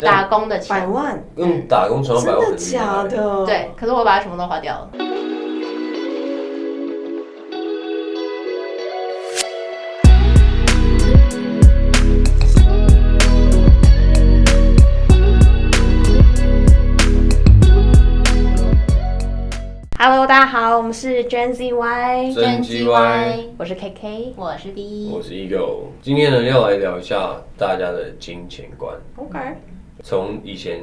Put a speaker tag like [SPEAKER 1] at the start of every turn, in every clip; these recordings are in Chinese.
[SPEAKER 1] 打工的钱
[SPEAKER 2] 百，万，
[SPEAKER 1] 嗯
[SPEAKER 3] 用打工存到
[SPEAKER 2] 真
[SPEAKER 3] 百万很
[SPEAKER 2] 的
[SPEAKER 3] 厉害
[SPEAKER 2] 假？的？
[SPEAKER 1] 对，，可是我把它全部都花掉了。
[SPEAKER 2] Hello，大家好，我们是 Gen ZY，
[SPEAKER 3] 真 G Y，
[SPEAKER 2] 我是 KK。
[SPEAKER 1] 我是 B，
[SPEAKER 3] 我是 Ego。今天呢，要来聊一下大家的金钱观。
[SPEAKER 2] OK，
[SPEAKER 3] 从以前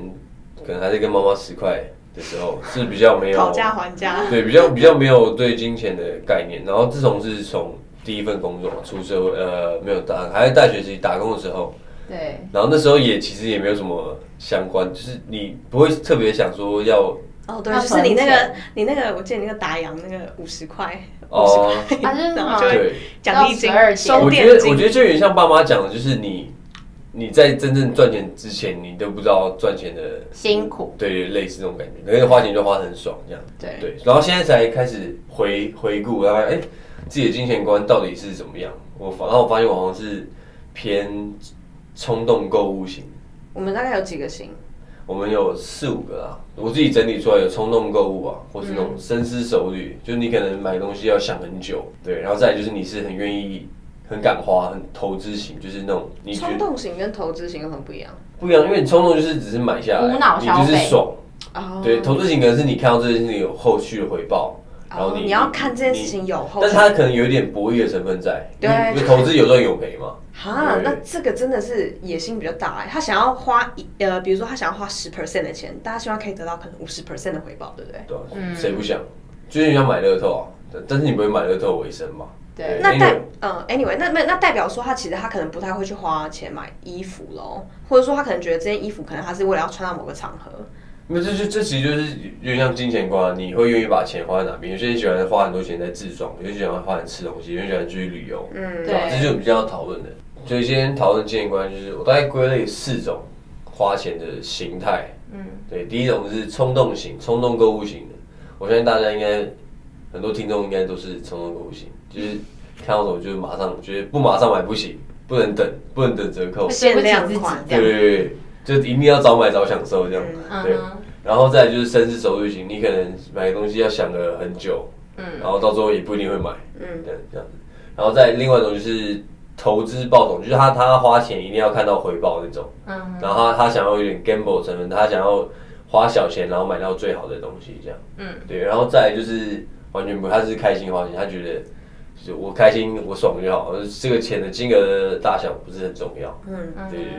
[SPEAKER 3] 可能还在跟妈妈十块的时候，是比较没有
[SPEAKER 2] 讨价还价，
[SPEAKER 3] 对，比较比较没有对金钱的概念。然后自从是从第一份工作嘛出社会，呃，没有打，还在大学时期打工的时候，
[SPEAKER 1] 对，
[SPEAKER 3] 然后那时候也其实也没有什么相关，就是你不会特别想说要
[SPEAKER 2] 哦，对，
[SPEAKER 1] 要
[SPEAKER 2] 就是你那
[SPEAKER 1] 存
[SPEAKER 2] 个，你那个，我记得你那个打烊那个五十 块，
[SPEAKER 3] 哦，
[SPEAKER 1] 啊，就是什
[SPEAKER 2] 然
[SPEAKER 1] 么
[SPEAKER 2] 后就会
[SPEAKER 3] 对，
[SPEAKER 2] 奖励金
[SPEAKER 1] 到12、钱
[SPEAKER 2] 收
[SPEAKER 3] 我觉
[SPEAKER 2] 店
[SPEAKER 3] 得我
[SPEAKER 2] 金
[SPEAKER 3] 觉，得就有点像爸妈讲的，就是你你在真正赚钱之前，你都不知道赚钱的
[SPEAKER 1] 辛苦，
[SPEAKER 3] 对，类似这种感觉，可是花钱就花得很爽这样。
[SPEAKER 1] 对，
[SPEAKER 3] 对，然后现在才开始回回顾，然后哎，自己的金钱观到底是怎么样？我发，然后我发现我好像是偏冲动购物型。
[SPEAKER 2] 我们大概有几个星？
[SPEAKER 3] 我们有四五个啦，我自己整理出来有冲动购物啊，或是那
[SPEAKER 2] 嗯
[SPEAKER 3] 种深思熟虑，就你可能买东西要想很久，对，然后再来就是你是很愿意、很敢花、很投资型，就是那种你觉
[SPEAKER 2] 冲
[SPEAKER 3] 得
[SPEAKER 2] 动型跟投资型有什么不一样？
[SPEAKER 3] 不一样，因为你冲动就是只是买下来，
[SPEAKER 1] 无脑
[SPEAKER 3] 你
[SPEAKER 1] 消
[SPEAKER 3] 就是
[SPEAKER 1] 费
[SPEAKER 3] 爽，
[SPEAKER 2] 哦
[SPEAKER 3] 对，投资型可能是你看到这件事情有后续的回报，然后
[SPEAKER 2] 哦
[SPEAKER 3] 你
[SPEAKER 2] 你要看这件
[SPEAKER 3] 你
[SPEAKER 2] 事情有后
[SPEAKER 3] 但是它可能有一点博弈的成分在，
[SPEAKER 2] 对
[SPEAKER 3] 因为投资有赚有赔嘛。
[SPEAKER 2] 哈，
[SPEAKER 3] 对
[SPEAKER 2] 那这个真的是野心比较大哎，他想要花一呃，比如说他想要花十 percent 的钱，大家希望可以得到可能五十 percent 的回报，对不对？
[SPEAKER 3] 对啊
[SPEAKER 1] 嗯，
[SPEAKER 3] 谁、不想？就是你想买乐透啊，但但是你不会买乐透为生嘛？
[SPEAKER 1] 对
[SPEAKER 2] 那代
[SPEAKER 3] anyway
[SPEAKER 2] 嗯，anyway，那那那代表说他其实他可能不太会去花钱买衣服喽，或者说他可能觉得这件衣服可能他是为了要穿到某个场合，
[SPEAKER 3] 那这就这其实就是有点像金钱观啊，你会愿意把钱花在哪边？有些人喜欢花很多钱在自装，有些人喜欢花钱吃东西，有些人喜欢出去旅游，
[SPEAKER 2] 嗯，
[SPEAKER 3] 对吧、
[SPEAKER 1] 对
[SPEAKER 3] 这就是我们今天要讨论的。所以今天讨论金钱观，就是我大概归类四种花钱的形态。
[SPEAKER 1] 嗯，
[SPEAKER 3] 对，第一种是冲动型，冲动购物型的。我相信大家应该很多听众应该都是冲动购物型，就是看到什么就是马上，觉得不马上买不行，不能等，不能等折
[SPEAKER 1] 会，对
[SPEAKER 3] 扣
[SPEAKER 1] 不
[SPEAKER 2] 限
[SPEAKER 1] 起
[SPEAKER 2] 量
[SPEAKER 1] 自己
[SPEAKER 2] 款
[SPEAKER 1] 这
[SPEAKER 3] 对
[SPEAKER 1] 样，
[SPEAKER 3] 对对，就一定要早买早享受这样。
[SPEAKER 1] 嗯
[SPEAKER 3] 对，
[SPEAKER 1] 哼，
[SPEAKER 3] 然后再来就是深思熟虑型，你可能买东西要想了很久，
[SPEAKER 1] 嗯
[SPEAKER 3] 然后到最后也不一定会买，
[SPEAKER 2] 嗯
[SPEAKER 3] 这样这样子。然后再另外一种就是投资报酬，就是他他花钱一定要看到回报那种。
[SPEAKER 1] 嗯哼，
[SPEAKER 3] 然后他他想要有点 gamble 成分，他想要花小钱然后买到最好的东西这样，
[SPEAKER 1] 嗯，
[SPEAKER 3] 对，然后再来就是完全不，他是开心花钱，他觉得就是我开心我爽就好，这个钱的金额的大小不是很重要，
[SPEAKER 2] 嗯，
[SPEAKER 1] 嗯
[SPEAKER 3] 对对对，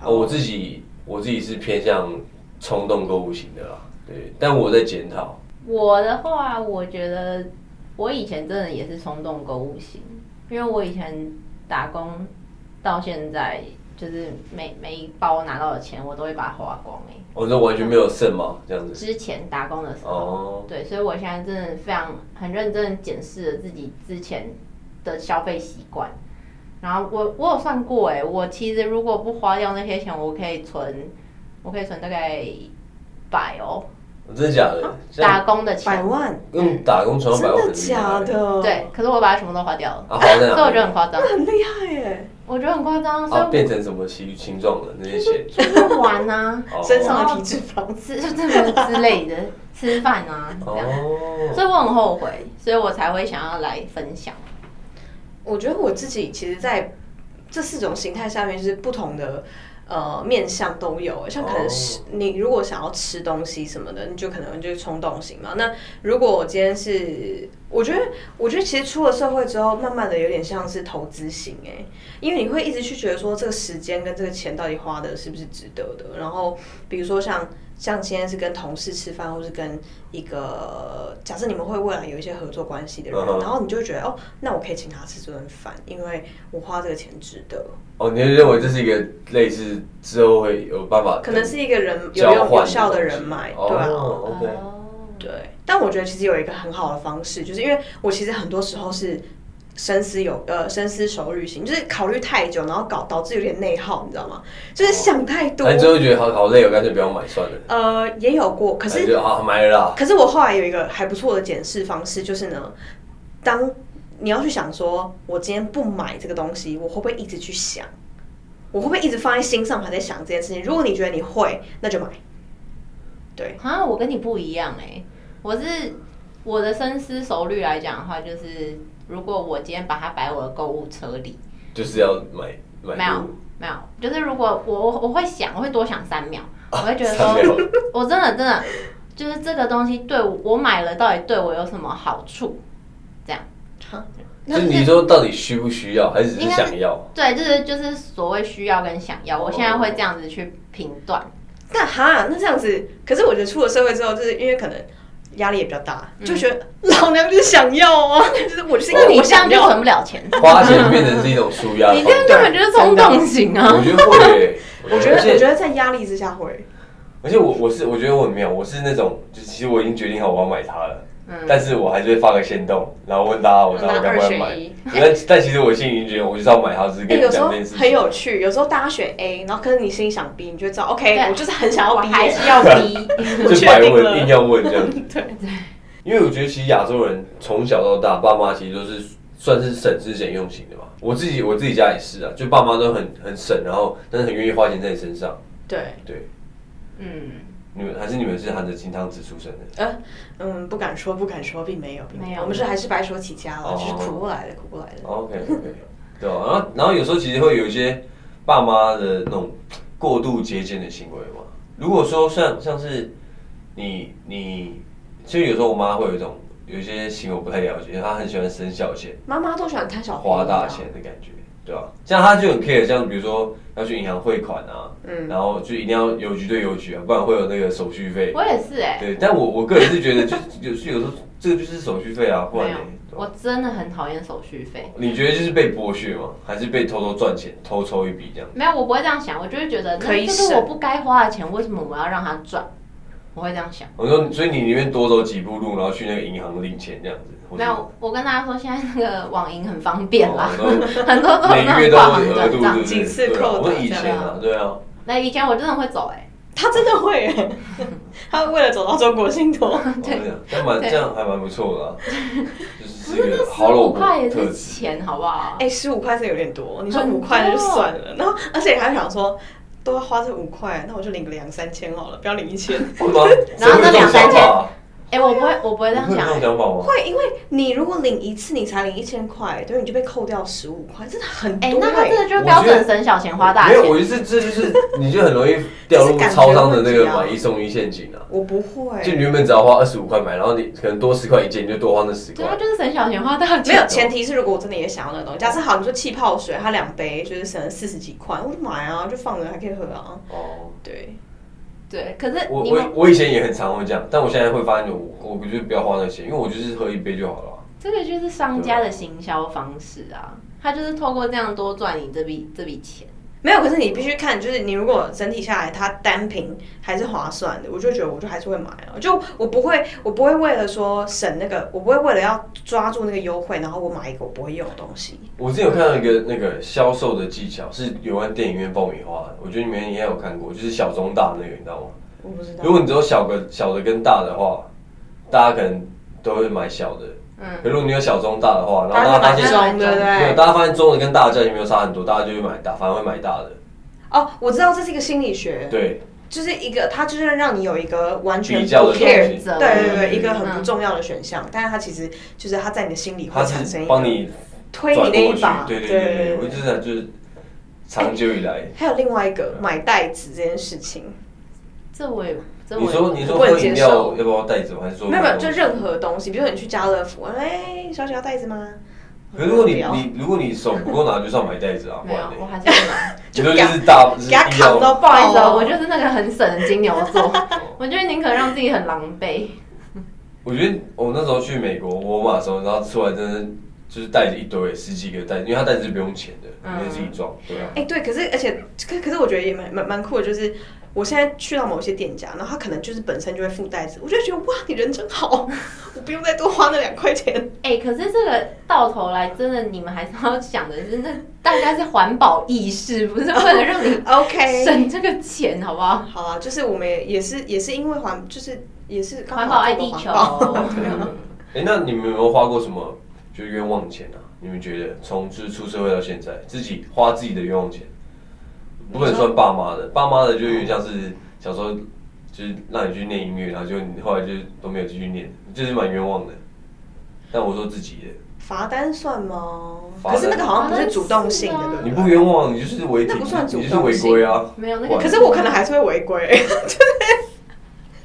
[SPEAKER 3] 啊
[SPEAKER 2] 好
[SPEAKER 3] 我自己我自己是偏向冲动购物型的啦，对，但我在检讨，
[SPEAKER 1] 我的话，我觉得我以前真的也是冲动购物型，因为我以前打工到现在，就是每每一包拿到的钱，我都会把它花光、欸。
[SPEAKER 3] 我这完全没有剩吗？这样子，
[SPEAKER 1] 之前打工的时候，
[SPEAKER 3] 哦
[SPEAKER 1] 对，所以我现在真的非常很认真地检视了自己之前的消费习惯。然后我我有算过、欸，哎，我其实如果不花掉那些钱，我可以存，我可以存大概百哦，
[SPEAKER 3] 真的假的？这样
[SPEAKER 1] 打工的
[SPEAKER 2] 百
[SPEAKER 1] 钱。
[SPEAKER 2] 万，
[SPEAKER 3] 用打工存到
[SPEAKER 2] 哦真
[SPEAKER 3] 百万很
[SPEAKER 2] 的
[SPEAKER 3] 厉害
[SPEAKER 2] 假？的？
[SPEAKER 1] 对，，可是我把它全部都花掉了，
[SPEAKER 3] 哦啊，花在
[SPEAKER 1] 所以我觉得
[SPEAKER 3] 哪
[SPEAKER 1] 很夸张，
[SPEAKER 2] 很厉
[SPEAKER 1] 哦
[SPEAKER 2] 害耶，
[SPEAKER 1] 我觉得很夸张，
[SPEAKER 3] 里？
[SPEAKER 1] 所以
[SPEAKER 3] 啊，
[SPEAKER 1] 我
[SPEAKER 3] 变成什么形形状了？那些钱，
[SPEAKER 1] 出去玩啊，
[SPEAKER 3] 哦
[SPEAKER 2] 身上的体脂肪，
[SPEAKER 1] 吃就这种之类 的，吃饭啊这样，
[SPEAKER 3] 哦，
[SPEAKER 1] 所以我很后悔，所以我才会想要来分享。
[SPEAKER 2] 我觉得我自己其实在这四种形态下面，就是不同的呃面向都有欸。像可能
[SPEAKER 3] 哦
[SPEAKER 2] 是、你如果想要吃东西什么的，你就可能就是冲动型嘛。那如果我今天是，我觉得，我觉得其实出了社会之后，慢慢的有点像是投资型哎、因为你会一直去觉得说这个时间跟这个钱到底花的是不是值得的。然后比如说像像今天是跟同事吃饭，或是跟一个假设你们会未来有一些合作关系的人
[SPEAKER 3] 嗯哼
[SPEAKER 2] 然后你就会觉得哦，那我可以请他吃这顿饭，因为我花这个钱值得。
[SPEAKER 3] 哦，你就认为这是一个类似之后会有办法，
[SPEAKER 2] 可能是一个人有
[SPEAKER 3] 交
[SPEAKER 2] 用
[SPEAKER 3] 换
[SPEAKER 2] 有
[SPEAKER 3] 的
[SPEAKER 2] 效的人
[SPEAKER 3] 东西
[SPEAKER 2] 买，
[SPEAKER 3] 哦
[SPEAKER 2] 对啊。
[SPEAKER 3] OK
[SPEAKER 1] 哦
[SPEAKER 2] 对，但我觉得其实有一个很好的方式，就是因为我其实很多时候是深思有呃深思熟虑型，就是考虑太久，然后搞导致有点内耗，你知道吗？就是想太多。
[SPEAKER 3] 哦那你就会觉得好好累哦，干脆不要买算了。
[SPEAKER 2] 呃，也有过，可
[SPEAKER 3] 那
[SPEAKER 2] 是
[SPEAKER 3] 你就啊买了啦，
[SPEAKER 2] 可是我后来有一个还不错的检视方式，就是呢，当你要去想说，我今天不买这个东西，我会不会一直去想？我会不会一直放在心上还在想这件事情？如果你觉得你会，那就买。对，
[SPEAKER 1] 好啊像我跟你不一样哎、我是我的深思熟虑来讲的话，就是如果我今天把它摆我的购物车里，
[SPEAKER 3] 就是要买买
[SPEAKER 1] 没有
[SPEAKER 3] 入
[SPEAKER 1] 没有，就是如果我我我会想，我会多想三秒，我
[SPEAKER 3] 啊
[SPEAKER 1] 会觉得
[SPEAKER 3] 三秒
[SPEAKER 1] 说， 我真的真的就是这个东西对我我买了到底对我有什么好处？
[SPEAKER 2] 好，
[SPEAKER 3] 就是你说到底需不需要，还是只是想要？
[SPEAKER 1] 对，就是就是所谓需要跟想要，我现在会这样子去评断。
[SPEAKER 2] 但哈，那这样子，可是我觉得出了社会之后，就是因为可能压力也比较大，就觉得老娘就是想要啊，嗯 就是我就是因
[SPEAKER 1] 那
[SPEAKER 2] 为
[SPEAKER 1] 你
[SPEAKER 2] 我
[SPEAKER 1] 这样
[SPEAKER 2] 想
[SPEAKER 1] 就
[SPEAKER 2] 要
[SPEAKER 1] 存。不了钱，
[SPEAKER 3] 花钱变成是一种舒压
[SPEAKER 1] 你
[SPEAKER 3] 的
[SPEAKER 1] 这
[SPEAKER 3] 方
[SPEAKER 1] 样
[SPEAKER 3] 式。
[SPEAKER 1] 根本就是冲动型啊
[SPEAKER 3] 我！觉得会 耶、
[SPEAKER 2] 我觉得，
[SPEAKER 3] 而且
[SPEAKER 2] 我觉得在压力之下会，
[SPEAKER 3] 而且我我是我觉得我很妙，我是那种就其实我已经决定好我要买它了，
[SPEAKER 1] 嗯
[SPEAKER 3] 但是我还是会发个先动，然后问大家我到底该不该
[SPEAKER 2] 拿二
[SPEAKER 3] 买
[SPEAKER 2] 选一。
[SPEAKER 3] 但但其实 我心里已经觉得我就是要买它，只是
[SPEAKER 2] 哎、
[SPEAKER 3] 跟你
[SPEAKER 2] 有时候
[SPEAKER 3] 讲这件事情。
[SPEAKER 2] 很有趣，有时候大家选 A，然后可是你心里想 B，你就知道 OK，
[SPEAKER 1] 对
[SPEAKER 2] 啊我就是很想要
[SPEAKER 1] 我
[SPEAKER 2] B，
[SPEAKER 1] 还是要逼。
[SPEAKER 2] 我
[SPEAKER 3] 就
[SPEAKER 2] 确
[SPEAKER 3] 白
[SPEAKER 2] 定
[SPEAKER 3] 问，
[SPEAKER 2] 了
[SPEAKER 3] 硬要问 这样。
[SPEAKER 2] 对
[SPEAKER 3] 因为我觉得其实亚洲人从小到大，爸妈其实都是算是省吃俭用型的嘛。我自己我自己家也是啊，就爸妈都很很省，然后但是很愿意花钱在你身上。
[SPEAKER 2] 对，
[SPEAKER 3] 对，
[SPEAKER 1] 嗯，
[SPEAKER 3] 你们还是你们是含着金汤匙出生的。
[SPEAKER 2] 呃，嗯，不敢说，不敢说，并没有，并没
[SPEAKER 1] 没
[SPEAKER 2] 有，
[SPEAKER 1] 有
[SPEAKER 2] 我们是还是白手起家了，
[SPEAKER 3] 哦
[SPEAKER 2] 就是苦过来的，苦过来的。
[SPEAKER 3] OK OK，对啊，然后然后有时候其实会有一些爸妈的那种过度节俭的行为嘛。如果说像像是你你，其实有时候我妈会有一种有一些行为我不太了解，她很喜欢省小钱。
[SPEAKER 2] 妈妈都喜欢贪小便宜啊
[SPEAKER 3] 花大钱，的感觉，对吧、像他就很 care，像比如说要去银行汇款啊，
[SPEAKER 2] 嗯
[SPEAKER 3] 然后就一定要邮局对邮局啊，不然会有那个手续费。
[SPEAKER 1] 我也是哎、
[SPEAKER 3] 对，但我我个人是觉得就，就就是有时候这个就是手续费啊，不
[SPEAKER 1] 没
[SPEAKER 3] 然
[SPEAKER 1] 有
[SPEAKER 3] 呢？，对吧
[SPEAKER 1] 我真的很讨厌手续费。
[SPEAKER 3] 你觉得就是被剥削吗？还是被偷偷赚钱，偷抽一笔这样？
[SPEAKER 1] 没有，我不会这样想，我就会觉得
[SPEAKER 2] 可
[SPEAKER 1] 那
[SPEAKER 2] 以
[SPEAKER 1] 就是
[SPEAKER 2] 省
[SPEAKER 1] 我不该花的钱，为什么我要让它赚？我会这样想。
[SPEAKER 3] 我说，所以你宁愿多走几步路，然后去那个银行领钱这样子？或
[SPEAKER 1] 没
[SPEAKER 3] 者
[SPEAKER 1] 有，我跟大家说，现在那个网银很方便啦，
[SPEAKER 3] 哦
[SPEAKER 1] 很啊多都有
[SPEAKER 3] 每
[SPEAKER 1] 那
[SPEAKER 3] 个月
[SPEAKER 1] 种
[SPEAKER 3] 都
[SPEAKER 1] 跨
[SPEAKER 3] 有
[SPEAKER 1] 行
[SPEAKER 3] 额度，
[SPEAKER 1] 转
[SPEAKER 3] 对
[SPEAKER 1] 账
[SPEAKER 3] 不。
[SPEAKER 2] 几
[SPEAKER 3] 对？
[SPEAKER 2] 次
[SPEAKER 3] 对啊
[SPEAKER 2] 扣
[SPEAKER 3] 我
[SPEAKER 2] 打
[SPEAKER 3] 以前啊， 对啊，
[SPEAKER 1] 那以前我真的会走哎、
[SPEAKER 2] 他真的会 耶，他为了走到中国信 托，
[SPEAKER 3] 我跟你讲，这样蛮
[SPEAKER 1] 对
[SPEAKER 3] 这样还蛮不错的啊，就是
[SPEAKER 1] 不
[SPEAKER 3] 是
[SPEAKER 1] 是
[SPEAKER 3] 一
[SPEAKER 1] 那
[SPEAKER 3] 个好
[SPEAKER 1] 十
[SPEAKER 3] 老
[SPEAKER 1] 五
[SPEAKER 3] 婆
[SPEAKER 1] 块也
[SPEAKER 3] 特
[SPEAKER 1] 是
[SPEAKER 3] 质。
[SPEAKER 1] 钱，好不好？
[SPEAKER 2] 哎，十五块是有点多，你说
[SPEAKER 1] 很
[SPEAKER 2] 五
[SPEAKER 1] 多
[SPEAKER 2] 块那就算了，然后而且还想说。都要花这五块，那我就领个两三千好了，不要领一千。
[SPEAKER 3] 会吗？
[SPEAKER 1] 然后那两三千
[SPEAKER 3] 会
[SPEAKER 1] 哎、我不会，我不会这
[SPEAKER 3] 有
[SPEAKER 1] 样想、
[SPEAKER 3] 这种
[SPEAKER 1] 哎
[SPEAKER 3] 想法吗？
[SPEAKER 2] 会，因为你如果领一次，你才领一千块，对，你就被扣掉十五块，真的很多欸
[SPEAKER 1] 哎、
[SPEAKER 2] 耶。
[SPEAKER 1] 那他这个就是
[SPEAKER 3] 我
[SPEAKER 1] 标
[SPEAKER 3] 觉得
[SPEAKER 1] 准省小钱花大
[SPEAKER 3] 没
[SPEAKER 1] 钱
[SPEAKER 3] 有，。我就是这就是你就很容易掉入超商的那个买一送一陷阱啊！
[SPEAKER 2] 我不会，
[SPEAKER 3] 就你原本只要花二十五块买，然后你可能多十块一件，你就多花那十
[SPEAKER 1] 对啊，
[SPEAKER 3] 块。
[SPEAKER 1] 就是省小钱花大
[SPEAKER 2] 没
[SPEAKER 1] 钱。
[SPEAKER 2] 有前提是，如果我真的也想要那个东西，假设好，你说气泡水，它两杯就是省了四十几块，我就买啊，就放着还可以喝啊。
[SPEAKER 3] 哦，
[SPEAKER 2] 对，
[SPEAKER 1] 对，可是
[SPEAKER 3] 我
[SPEAKER 1] 你们
[SPEAKER 3] 我我以前也很常会这样，但我现在会发现我我我就不要花那个钱，因为我就是喝一杯就好了啊。
[SPEAKER 1] 这个就是商家的行销方式啊，他就是透过这样多赚你这笔这笔钱。
[SPEAKER 2] 没有，可是你必须看，就是你如果整体下来它单瓶还是划算的，我就觉得我就还是会买啊，就我不会，我不会为了说省那个，我不会为了要抓住那个优惠，然后我买一个我不会用的东西。
[SPEAKER 3] 我之前有看到一嗯个那个销售的技巧，是有关电影院爆米花的，我觉得你们应该有看过，就是小中大那个，你知道吗？
[SPEAKER 2] 我不知道
[SPEAKER 3] 如，果你只有小个小的跟大的话，大家可能都会买小的。
[SPEAKER 1] 嗯，
[SPEAKER 3] 可如果你有小中大的话，然
[SPEAKER 2] 大
[SPEAKER 3] 后
[SPEAKER 2] 家
[SPEAKER 3] 大家
[SPEAKER 2] 会买
[SPEAKER 3] 发现
[SPEAKER 1] 中
[SPEAKER 2] 中，对不
[SPEAKER 3] 没有，
[SPEAKER 2] 对？
[SPEAKER 3] 大家发现中的跟大的价钱没有差很多，大家就会买大，反而会买大的。
[SPEAKER 2] 哦，我知道这是一个心理学，
[SPEAKER 3] 对，
[SPEAKER 2] 就是一个它就是让你有一个完全
[SPEAKER 3] 比较
[SPEAKER 2] 不
[SPEAKER 3] 的
[SPEAKER 2] care
[SPEAKER 3] 东
[SPEAKER 1] 西
[SPEAKER 2] 对对对，
[SPEAKER 3] 嗯
[SPEAKER 2] 一个很不重要的选项，但是它其实就是它在你的心里
[SPEAKER 3] 它
[SPEAKER 2] 会产生
[SPEAKER 3] 是
[SPEAKER 2] 一
[SPEAKER 3] 帮
[SPEAKER 2] 个
[SPEAKER 3] 你
[SPEAKER 2] 推
[SPEAKER 3] 嗯
[SPEAKER 2] 你
[SPEAKER 3] 转过
[SPEAKER 2] 那一
[SPEAKER 3] 去
[SPEAKER 2] 把，。
[SPEAKER 3] 对对对对，我就是想就是长久以来，
[SPEAKER 2] 还有另外一个买袋子这件事情，
[SPEAKER 1] 这我也这我
[SPEAKER 3] 你
[SPEAKER 1] 也
[SPEAKER 3] 说你说
[SPEAKER 2] 不能
[SPEAKER 3] 喝饮
[SPEAKER 2] 接
[SPEAKER 3] 料
[SPEAKER 2] 受
[SPEAKER 3] 要不要袋子吗？还是说
[SPEAKER 2] 没有没有，
[SPEAKER 3] 买
[SPEAKER 2] 就
[SPEAKER 3] 东西
[SPEAKER 2] 任何东西，比如说你去家乐福，哎，小姐要袋子吗？
[SPEAKER 3] 可是如果
[SPEAKER 2] 不
[SPEAKER 3] 你
[SPEAKER 2] 要
[SPEAKER 3] 你如果你手不够拿，就是要买袋子啊，不
[SPEAKER 1] 没
[SPEAKER 3] 然
[SPEAKER 1] 有，我
[SPEAKER 3] 呢？
[SPEAKER 1] 还是会买。
[SPEAKER 3] 你说就是大，就是
[SPEAKER 2] 给他
[SPEAKER 3] 硬要
[SPEAKER 2] 扛到
[SPEAKER 1] 不好意
[SPEAKER 2] 爆
[SPEAKER 1] 思、
[SPEAKER 2] 啊！
[SPEAKER 1] 哦，我就是那个很省的金牛座， 我觉得宁可让自己很狼狈。
[SPEAKER 3] 我觉得我那时候去美国沃尔玛的时候，然后出来真的就是带着一堆十几个袋子，因为它袋子是不用钱的，
[SPEAKER 1] 嗯
[SPEAKER 3] 你就自己装。对啊，
[SPEAKER 2] 哎，对，可是而且可可是我觉得也蛮蛮蛮酷的，就是我现在去到某些店家，然后他可能就是本身就会附袋子，我就觉得哇，你人真好，我不用再多花那两块钱。
[SPEAKER 1] 哎、可是这个到头来，真的你们还是要想的是，那大家是环保意识，不是为了让你
[SPEAKER 2] OK，
[SPEAKER 1] 省这个钱，好不好？
[SPEAKER 2] 好啊，就是我们也也是也是因为环，就是也是刚好
[SPEAKER 1] 环保爱
[SPEAKER 2] 做
[SPEAKER 1] 地
[SPEAKER 2] 个
[SPEAKER 1] 球
[SPEAKER 2] 环保。，
[SPEAKER 3] 哎、那你们有没有花过什么就是冤枉钱啊？你们觉得从就是出社会到现在，自己花自己的冤枉钱，不能算爸妈的，爸妈的就有点像是小时候就是让你去念音乐，然后就你后来就都没有继续念，就是蛮冤枉的。但我说自己的，
[SPEAKER 2] 罚单算吗？
[SPEAKER 3] 罚
[SPEAKER 2] 可
[SPEAKER 3] 单
[SPEAKER 2] 是那个好像不是主动性
[SPEAKER 1] 罚单
[SPEAKER 2] 的，
[SPEAKER 1] 是啊
[SPEAKER 3] 你
[SPEAKER 2] 对
[SPEAKER 3] 不
[SPEAKER 2] 对？
[SPEAKER 3] 冤枉，你就是违
[SPEAKER 2] 那
[SPEAKER 3] 停，
[SPEAKER 2] 不算主动
[SPEAKER 3] 你就是违规啊。
[SPEAKER 1] 没有那个
[SPEAKER 2] 可是我可能还是会违规， 就是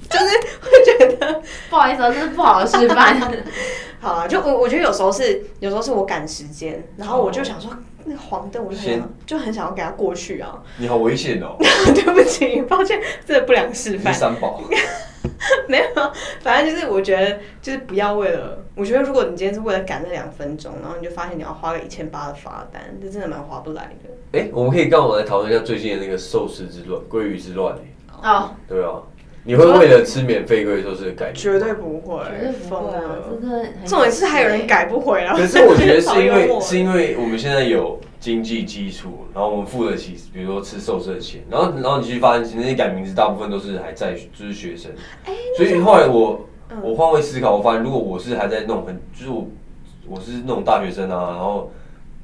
[SPEAKER 2] 就是会觉得。
[SPEAKER 1] 不好意思、哦，这是不好的示 范。
[SPEAKER 2] 好啊，就我我觉得有时候是有时候是我赶时间，然后我就想说那个黄灯，我就很
[SPEAKER 3] 先
[SPEAKER 2] 想就很想要给他过去啊。
[SPEAKER 3] 你好危险哦，
[SPEAKER 2] 对不起，抱歉，这不良示
[SPEAKER 3] 你是
[SPEAKER 2] 范。
[SPEAKER 3] 三宝。
[SPEAKER 2] 没有，反正就是我觉得就是不要为了，我觉得如果你今天是为了赶那两分钟，然后你就发现你要花个一千八的罚单，这真的蛮划不来的。
[SPEAKER 3] 哎、我们可以刚好来讨论一下最近的那个寿司之乱、鲑鱼之乱、欸，
[SPEAKER 1] 哦，
[SPEAKER 3] 对啊，你会为了吃免费鲑鱼寿司而改变？
[SPEAKER 2] 绝对不会，
[SPEAKER 1] 绝对不
[SPEAKER 2] 疯
[SPEAKER 1] 会啊，
[SPEAKER 2] 了
[SPEAKER 1] 这。 真的很。
[SPEAKER 2] 重点是还有人。改不回来，
[SPEAKER 3] 可是我觉得是因
[SPEAKER 2] 啊 好幽默
[SPEAKER 3] 为是因为我们现在有经济基础，然后我们付得起，比如说吃寿司的钱，然后然后你去发现那些改名字大部分都是还在就是学生，
[SPEAKER 2] 哎
[SPEAKER 3] 所以后来我
[SPEAKER 2] 嗯
[SPEAKER 3] 我换位思考，我发现如果我是还在那种很就是我我是那种大学生啊，然后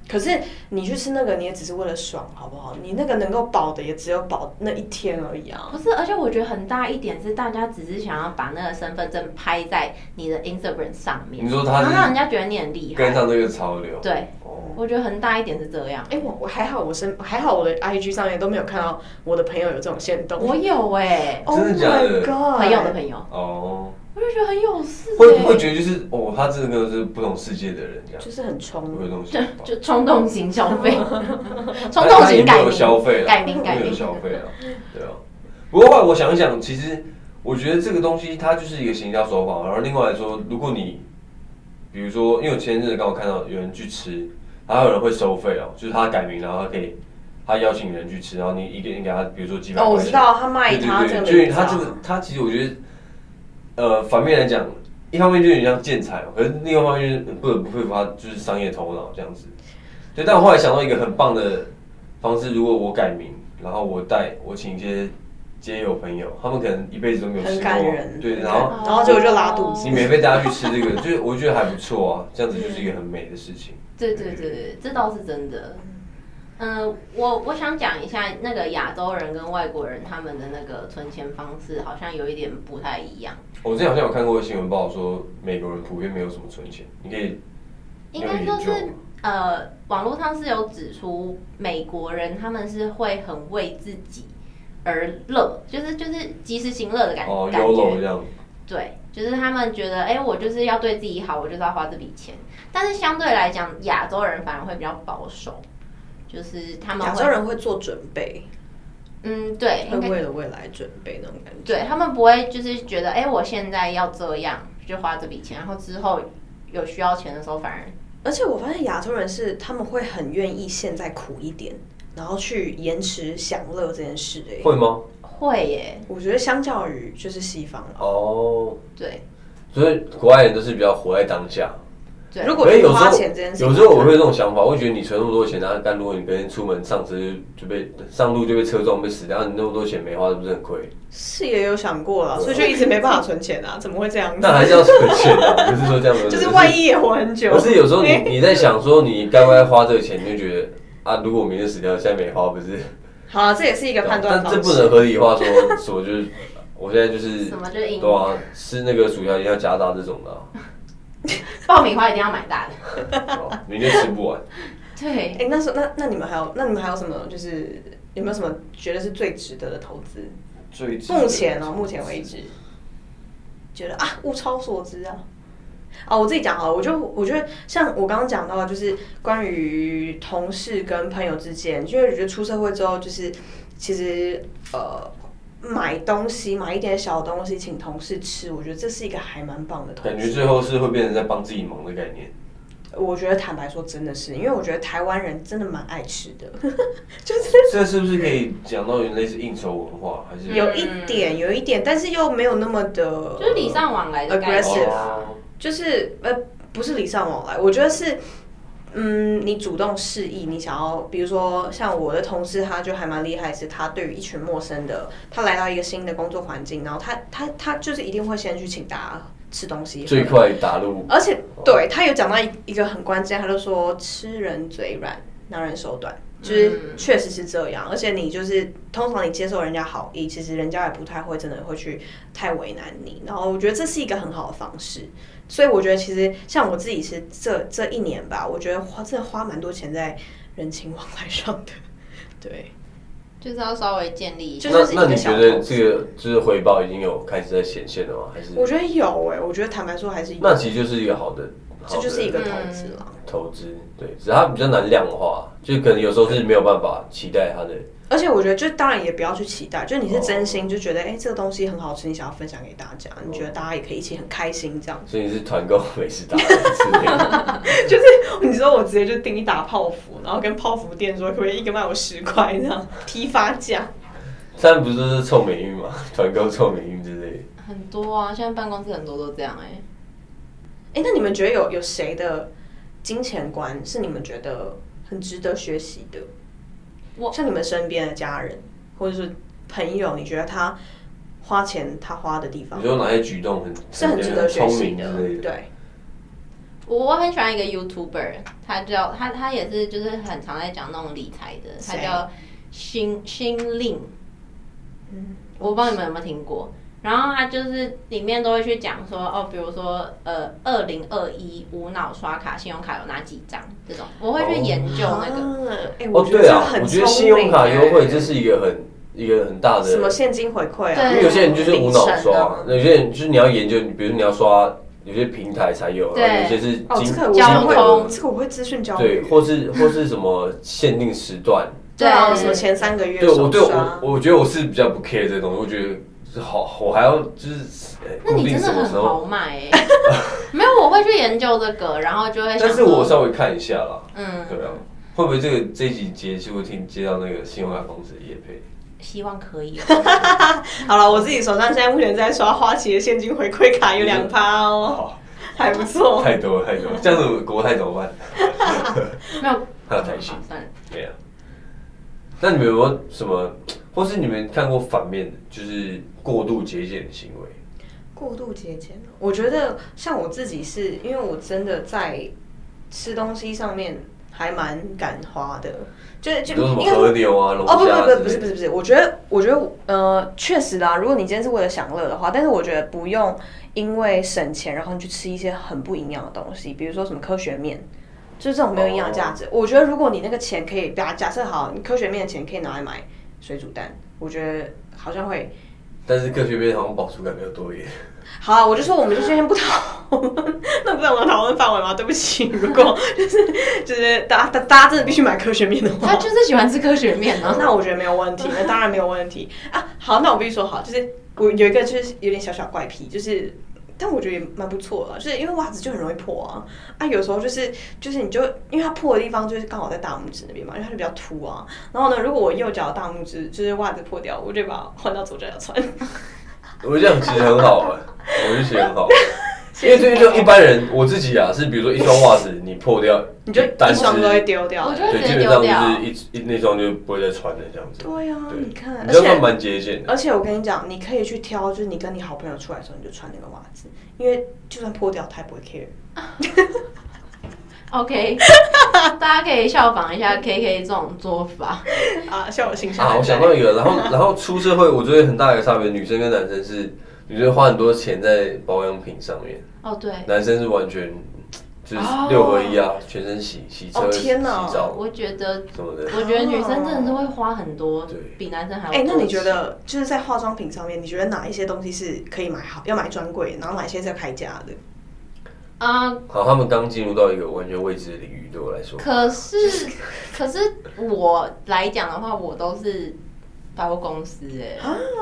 [SPEAKER 2] 可是你去吃那个，你也只是为了爽，好不好？你那个能够保的也只有保那一天而已啊
[SPEAKER 1] 不。是，而且我觉得很大一点是，大家只是想要把那个身份证拍在你的 Instagram 上面，
[SPEAKER 3] 你说他
[SPEAKER 1] 然后让
[SPEAKER 2] 啊
[SPEAKER 1] 人
[SPEAKER 3] 是
[SPEAKER 1] 家觉得你很厉
[SPEAKER 3] 跟
[SPEAKER 1] 害。
[SPEAKER 3] 上这个潮流，
[SPEAKER 1] 对，
[SPEAKER 3] 哦，
[SPEAKER 1] 我觉得很大一点是这样。
[SPEAKER 2] 哎、我我还好，我身还好，我的 IG 上面都没有看到我的朋友有这种限动。
[SPEAKER 1] 我有哎、
[SPEAKER 2] Oh
[SPEAKER 3] 真的假的
[SPEAKER 2] my god！
[SPEAKER 1] 朋友的朋友，
[SPEAKER 3] 哦，
[SPEAKER 1] 我就觉得很有事、欸。
[SPEAKER 3] 会会觉得就是哦，他真的是不同世界的人这样，
[SPEAKER 2] 就是很冲啊
[SPEAKER 3] 会有这种想法
[SPEAKER 1] 就。就冲动型消费，冲动型
[SPEAKER 3] 他
[SPEAKER 1] 改
[SPEAKER 3] 也没有
[SPEAKER 1] 名，
[SPEAKER 3] 消费了，
[SPEAKER 1] 改名改
[SPEAKER 3] 没有
[SPEAKER 1] 名。
[SPEAKER 3] 消费了，
[SPEAKER 2] 嗯
[SPEAKER 3] 对啊。不过后来我想一想，其实我觉得这个东西它就是一个行销手法。然后另外来说，如果你比如说，因为我前阵子刚好看到有人去吃，然后有人会收费哦，就是他改名，然后他可以他邀请人去吃，然后你一个人给他，比如说几百
[SPEAKER 2] 哦，
[SPEAKER 3] 块钱，
[SPEAKER 2] 我知道他卖
[SPEAKER 3] 对
[SPEAKER 2] 他这
[SPEAKER 3] 对
[SPEAKER 2] 个
[SPEAKER 3] 对，
[SPEAKER 2] 名字
[SPEAKER 3] 就是他
[SPEAKER 2] 啊
[SPEAKER 3] 这个，他其实我觉得，呃，反面来讲，一方面就有点像建材嘛，可是另外一方面就是不得不佩服他就是商业头脑这样子。对，但我后来想到一个很棒的方式，如果我改名，然后我带我请一些街友朋友，他们可能一辈子都没有吃
[SPEAKER 2] 很
[SPEAKER 3] 过
[SPEAKER 2] 感人，，
[SPEAKER 3] 对，
[SPEAKER 2] 很
[SPEAKER 3] 然
[SPEAKER 2] 感
[SPEAKER 3] 后
[SPEAKER 2] 人然后结果就拉肚
[SPEAKER 1] 嗯哦
[SPEAKER 2] 子。
[SPEAKER 3] 你免费带他去吃这个，就是我觉得还不错啊，这样子就是一个很美的事情。
[SPEAKER 1] 对对对对，这倒是真的。嗯，我我想讲一下那个亚洲人跟外国人他们的那个存钱方式，好像有一点不太一样。
[SPEAKER 3] 我之前好像有看过新闻报说，美国人普遍没有什么存钱，你可以你
[SPEAKER 1] 应
[SPEAKER 3] 有
[SPEAKER 1] 该
[SPEAKER 3] 研
[SPEAKER 1] 就
[SPEAKER 3] 究
[SPEAKER 1] 是
[SPEAKER 3] 吗
[SPEAKER 1] 呃，网络上是有指出，美国人他们是会很为自己而乐，就是就是及时行乐的感、
[SPEAKER 3] 哦
[SPEAKER 1] 感觉
[SPEAKER 3] ，Yolo。这样。
[SPEAKER 1] 对，就是他们觉得，哎、我就是要对自己好，我就是要花这笔钱。但是相对来讲，亚洲人反而会比较保守，就是他们
[SPEAKER 2] 亚
[SPEAKER 1] 会
[SPEAKER 2] 洲人会做准备，
[SPEAKER 1] 嗯，对，
[SPEAKER 2] 会
[SPEAKER 1] 应该
[SPEAKER 2] 为了未来准备那种感觉。
[SPEAKER 1] 对他们不会就是觉得，哎、我现在要这样就花这笔钱，然后之后有需要钱的时候反而
[SPEAKER 2] 而且我发现亚洲人是他们会很愿意现在苦一点，然后去延迟享乐这件事、欸。
[SPEAKER 1] 嗯
[SPEAKER 3] 会吗？
[SPEAKER 1] 会耶，
[SPEAKER 2] 我觉得相较于就是西方啊了，
[SPEAKER 3] 哦，
[SPEAKER 1] 对
[SPEAKER 3] 所以国外人都是比较活在当下。
[SPEAKER 1] 对，
[SPEAKER 2] 如果
[SPEAKER 3] 可是
[SPEAKER 2] 去
[SPEAKER 3] 有时
[SPEAKER 2] 花
[SPEAKER 3] 候
[SPEAKER 2] 钱这件事，
[SPEAKER 3] 有时候我会有这种想法，我会觉得你存那么多钱，然后但如果你跟人出门上车就被上路就被车撞被死掉，你那么多钱没花，是不是很亏？
[SPEAKER 2] 是也有想过了，所以就一直没办法存钱啊，怎么会这样子？
[SPEAKER 3] 但还是要存钱啊，不是说这样子。
[SPEAKER 2] 就是万一也活很久。
[SPEAKER 3] 可是有时候你你在想说你该不该花这个钱，你就觉得啊，如果我明天死掉，现在没花，不是？
[SPEAKER 2] 好啊，这也是一个判断
[SPEAKER 3] 但
[SPEAKER 2] 方
[SPEAKER 3] 这
[SPEAKER 2] 式。
[SPEAKER 3] 不能合理化说说就是。我现在就是
[SPEAKER 1] 什么就是赢
[SPEAKER 3] 对啊，吃那个薯条一定要加大这种的啊、
[SPEAKER 1] 爆米花一定要买大的，
[SPEAKER 3] 对吧明天吃不完。
[SPEAKER 1] 对
[SPEAKER 2] 哎、，那时候那那你们还有那你们还有什么就是有没有什么觉得是最值得的投资？
[SPEAKER 3] 最
[SPEAKER 2] 目前哦，目前为止，觉得啊物超所值啊。啊，我自己讲好了，我就我觉得像我刚刚讲到的，就是关于同事跟朋友之间，因为我觉得出社会之后，就是其实呃买东西买一点小东西请同事吃，我觉得这是一个还蛮棒的投资。
[SPEAKER 3] 感觉最后是会变成在帮自己忙的概念。
[SPEAKER 2] 我觉得坦白说，真的是，因为我觉得台湾人真的蛮爱吃的，
[SPEAKER 1] 嗯
[SPEAKER 3] 这是不是可以讲到类似应酬文化，还是
[SPEAKER 2] 有一点，有一点，但是又没有那么的，
[SPEAKER 1] 就是礼尚往来的概
[SPEAKER 2] aggressive
[SPEAKER 1] 念。
[SPEAKER 3] 哦
[SPEAKER 2] 就是呃，不是礼尚往来，我觉得是，嗯，你主动示意，你想要，比如说像我的同事，他就还蛮厉害，是他对于一群陌生的，他来到一个新的工作环境，然后他他他就是一定会先去请大家吃东西，
[SPEAKER 3] 最快打入
[SPEAKER 2] 而且对他有讲到一一个很关键，他就说吃人嘴软，拿人手短。就是确实是这样，而且你就是通常你接受人家好意，其实人家也不太会真的会去太为难你。然后我觉得这是一个很好的方式，所以我觉得其实像我自己是这这一年吧，我觉得花真的花蛮多钱在人情往来上的，对，
[SPEAKER 1] 就是要稍微建立一下
[SPEAKER 2] 就。
[SPEAKER 3] 那
[SPEAKER 2] 是一
[SPEAKER 3] 那
[SPEAKER 2] 个
[SPEAKER 3] 你
[SPEAKER 2] 小
[SPEAKER 3] 觉得
[SPEAKER 2] 投资
[SPEAKER 3] 这个就是回报已经有开始在显现了吗？还是
[SPEAKER 2] 我觉得有哎、我觉得坦白说还是有，
[SPEAKER 3] 那其实就是一个好的，好
[SPEAKER 2] 这
[SPEAKER 3] 的
[SPEAKER 2] 就是一个投
[SPEAKER 1] 嗯
[SPEAKER 2] 资了。
[SPEAKER 3] 投资，对，只是它比较难量化，就可能有时候是没有办法期待它的。
[SPEAKER 2] 而且我觉得，就当然也不要去期待，就是你是真心就觉得，哎、这个东西很好吃，你想要分享给大家，你觉得大家也可以一起很开心这样。
[SPEAKER 3] 所以你是团购美食达人之 类的，
[SPEAKER 2] 你知道我直接就订一打泡芙，然后跟泡芙店说，可不可以一个卖我十块这样批发价？
[SPEAKER 3] 他们不是都是凑美运嘛， 团购凑美运之类的。
[SPEAKER 1] 很多啊，现在办公室很多都这样哎、
[SPEAKER 2] 哎、那你们觉得有有谁的金钱观是你们觉得很值得学习的？
[SPEAKER 1] 我
[SPEAKER 2] 像你们身边的家人或者是朋友，你觉得他花钱他花的地方
[SPEAKER 3] 你说哪些举动很
[SPEAKER 2] 是很值得学
[SPEAKER 3] 聪
[SPEAKER 2] 习
[SPEAKER 3] 明
[SPEAKER 2] 的
[SPEAKER 3] 之类？的？
[SPEAKER 2] 对，
[SPEAKER 1] 我我很喜欢一个 YouTuber，他叫他他也是就是很常在讲那种理财的，他
[SPEAKER 2] 谁
[SPEAKER 1] 叫新新令，
[SPEAKER 2] 嗯，
[SPEAKER 1] 我不知道你们有没有听过。然后他就是里面都会去讲说哦，比如说呃，二零二一无脑刷卡，信用卡有哪几张这种，我会去研究那个。
[SPEAKER 2] 个。哎、
[SPEAKER 3] 哦，
[SPEAKER 2] 我觉得
[SPEAKER 3] 对
[SPEAKER 2] 这
[SPEAKER 3] 啊，
[SPEAKER 2] 很
[SPEAKER 3] 我觉得
[SPEAKER 2] 聪
[SPEAKER 3] 信用卡
[SPEAKER 2] 明
[SPEAKER 3] 优惠
[SPEAKER 2] 欸
[SPEAKER 3] 这是一个很一个很大的，
[SPEAKER 2] 什么现金回馈啊？
[SPEAKER 1] 对
[SPEAKER 3] 因为有些人就是无脑刷，
[SPEAKER 2] 里程啊
[SPEAKER 3] 有些人就是你要研究，你比如你要刷有些平台才有，
[SPEAKER 1] 对
[SPEAKER 3] 然后有些是金
[SPEAKER 2] 哦，这个
[SPEAKER 1] 交
[SPEAKER 2] 我
[SPEAKER 1] 通
[SPEAKER 2] 会，
[SPEAKER 1] 交
[SPEAKER 2] 这个我会资讯交
[SPEAKER 3] 对，或是或是什么限定时段，
[SPEAKER 2] 对啊，
[SPEAKER 1] 对
[SPEAKER 2] 什么前三个月
[SPEAKER 3] 对我
[SPEAKER 2] 手
[SPEAKER 3] 对
[SPEAKER 2] 刷
[SPEAKER 3] 我，我觉得我是比较不 care 这东西，我觉得是好，我还要就是呃
[SPEAKER 1] 那
[SPEAKER 3] 固
[SPEAKER 1] 你
[SPEAKER 3] 定
[SPEAKER 1] 真的
[SPEAKER 3] 什么
[SPEAKER 1] 很
[SPEAKER 3] 时
[SPEAKER 1] 豪
[SPEAKER 3] 候，
[SPEAKER 1] 迈哎、 没有，我会去研究这个，然后就会想
[SPEAKER 3] 但是我
[SPEAKER 1] 说
[SPEAKER 3] 稍微看一下啦，
[SPEAKER 1] 嗯，
[SPEAKER 3] 对啊，会不会这个这一集结束听接到那个信用卡公司的业配？
[SPEAKER 1] 希望可 以哦、
[SPEAKER 2] 好了，我自己手上现在目前在刷花旗的现金回馈卡有两趴哦，
[SPEAKER 3] 哦，
[SPEAKER 2] 还不错。
[SPEAKER 3] 太多了太多了，这样子国泰怎么办？
[SPEAKER 1] 没有，
[SPEAKER 3] 还有台新。
[SPEAKER 1] 算了
[SPEAKER 3] 对啊。那你们有没有什么，或是你们看过反面的，就是过度节俭的行为？
[SPEAKER 2] 过度节俭哦，我觉得像我自己是因为我真的在吃东西上面还蛮敢花的，就是
[SPEAKER 3] 比
[SPEAKER 2] 就
[SPEAKER 3] 如什么
[SPEAKER 2] 应该
[SPEAKER 3] 和
[SPEAKER 2] 说
[SPEAKER 3] 牛啊、龙
[SPEAKER 2] 嗯哦，不
[SPEAKER 3] 虾
[SPEAKER 2] 不
[SPEAKER 3] 之
[SPEAKER 2] 不，不是
[SPEAKER 3] 类
[SPEAKER 2] 不
[SPEAKER 3] 的。
[SPEAKER 2] 是不是，我觉得我觉得呃，确实啦，如果你今天是为了享乐的话，但是我觉得不用因为省钱，然后你去吃一些很不营养的东西，比如说什么科学面。就是这种没有营养价值。我觉得如果你那个钱可以，假假设好，你科学面的钱可以拿来买水煮蛋，我觉得好像会。
[SPEAKER 3] 但是科学面好像饱足感比较多一点。
[SPEAKER 2] 好啊，我就说我们就先不讨论， 那不在我们讨论范围吗？对不起，如果 就是就是大家大家真的必须买科学面的话，
[SPEAKER 1] 他就是喜欢吃科学面啊。
[SPEAKER 2] 那我觉得没有问题，那当然没有问题啊。好，那我必须说好，就是我有一个就是有点小小怪癖，就是。但我觉得也蛮不错的，就是因为袜子就很容易破啊啊，有时候就是就是你就因为它破的地方就是刚好在大拇指那边嘛，因为它就比较凸啊。然后呢，如果我右脚的大拇指就是袜子破掉，我就把它换到左脚穿。
[SPEAKER 3] 我这样其实很好啊，我就觉得 很好。因为对于就一般人，我自己啊是，比如说一双袜子你破掉，
[SPEAKER 2] 你就
[SPEAKER 3] 单
[SPEAKER 2] 一
[SPEAKER 3] 只
[SPEAKER 2] 双都会丢掉。欸
[SPEAKER 1] 我觉得
[SPEAKER 3] 对，
[SPEAKER 1] 直
[SPEAKER 3] 基
[SPEAKER 1] 接
[SPEAKER 3] 本
[SPEAKER 1] 丢
[SPEAKER 3] 上
[SPEAKER 1] 掉
[SPEAKER 3] 就是一一那双就不会再穿了这样子。
[SPEAKER 2] 对呀、啊，
[SPEAKER 3] 对
[SPEAKER 2] 你看，
[SPEAKER 3] 你
[SPEAKER 2] 而
[SPEAKER 3] 这样算
[SPEAKER 2] 且
[SPEAKER 3] 蛮节俭的。
[SPEAKER 2] 而且我跟你讲，你可以去挑，就是你跟你好朋友出来的时候，你就穿那个袜子，因为就算破掉，他也不会 care。
[SPEAKER 1] OK，大家可以效仿一下 KK 这种做法。
[SPEAKER 2] 啊，笑我心善。
[SPEAKER 3] 啊，我想到一个，然后然后出社会，我觉得很大一个差别，女生跟男生是，女生花很多钱在保养品上面，
[SPEAKER 1] 哦，对，
[SPEAKER 3] 男生是完全就是
[SPEAKER 1] 哦
[SPEAKER 3] 六合一啊，全身洗洗车、
[SPEAKER 2] 哦
[SPEAKER 3] 洗
[SPEAKER 2] 天哪
[SPEAKER 3] 澡
[SPEAKER 1] 我觉得，
[SPEAKER 3] 什么的。
[SPEAKER 1] 我觉得女生真的是会花很多
[SPEAKER 3] 对，
[SPEAKER 1] 比男生还要
[SPEAKER 2] 哎、
[SPEAKER 1] 多。
[SPEAKER 2] 那你觉？得就是在化妆品上面，你觉得哪一些东西是可以买好，要买专柜，然后哪一些是要开价的？
[SPEAKER 1] 啊、
[SPEAKER 3] 好，他们刚进入到一个完全未知的领域，对我来说，
[SPEAKER 1] 可是， 可是我来讲的话，我都是百货公司哎、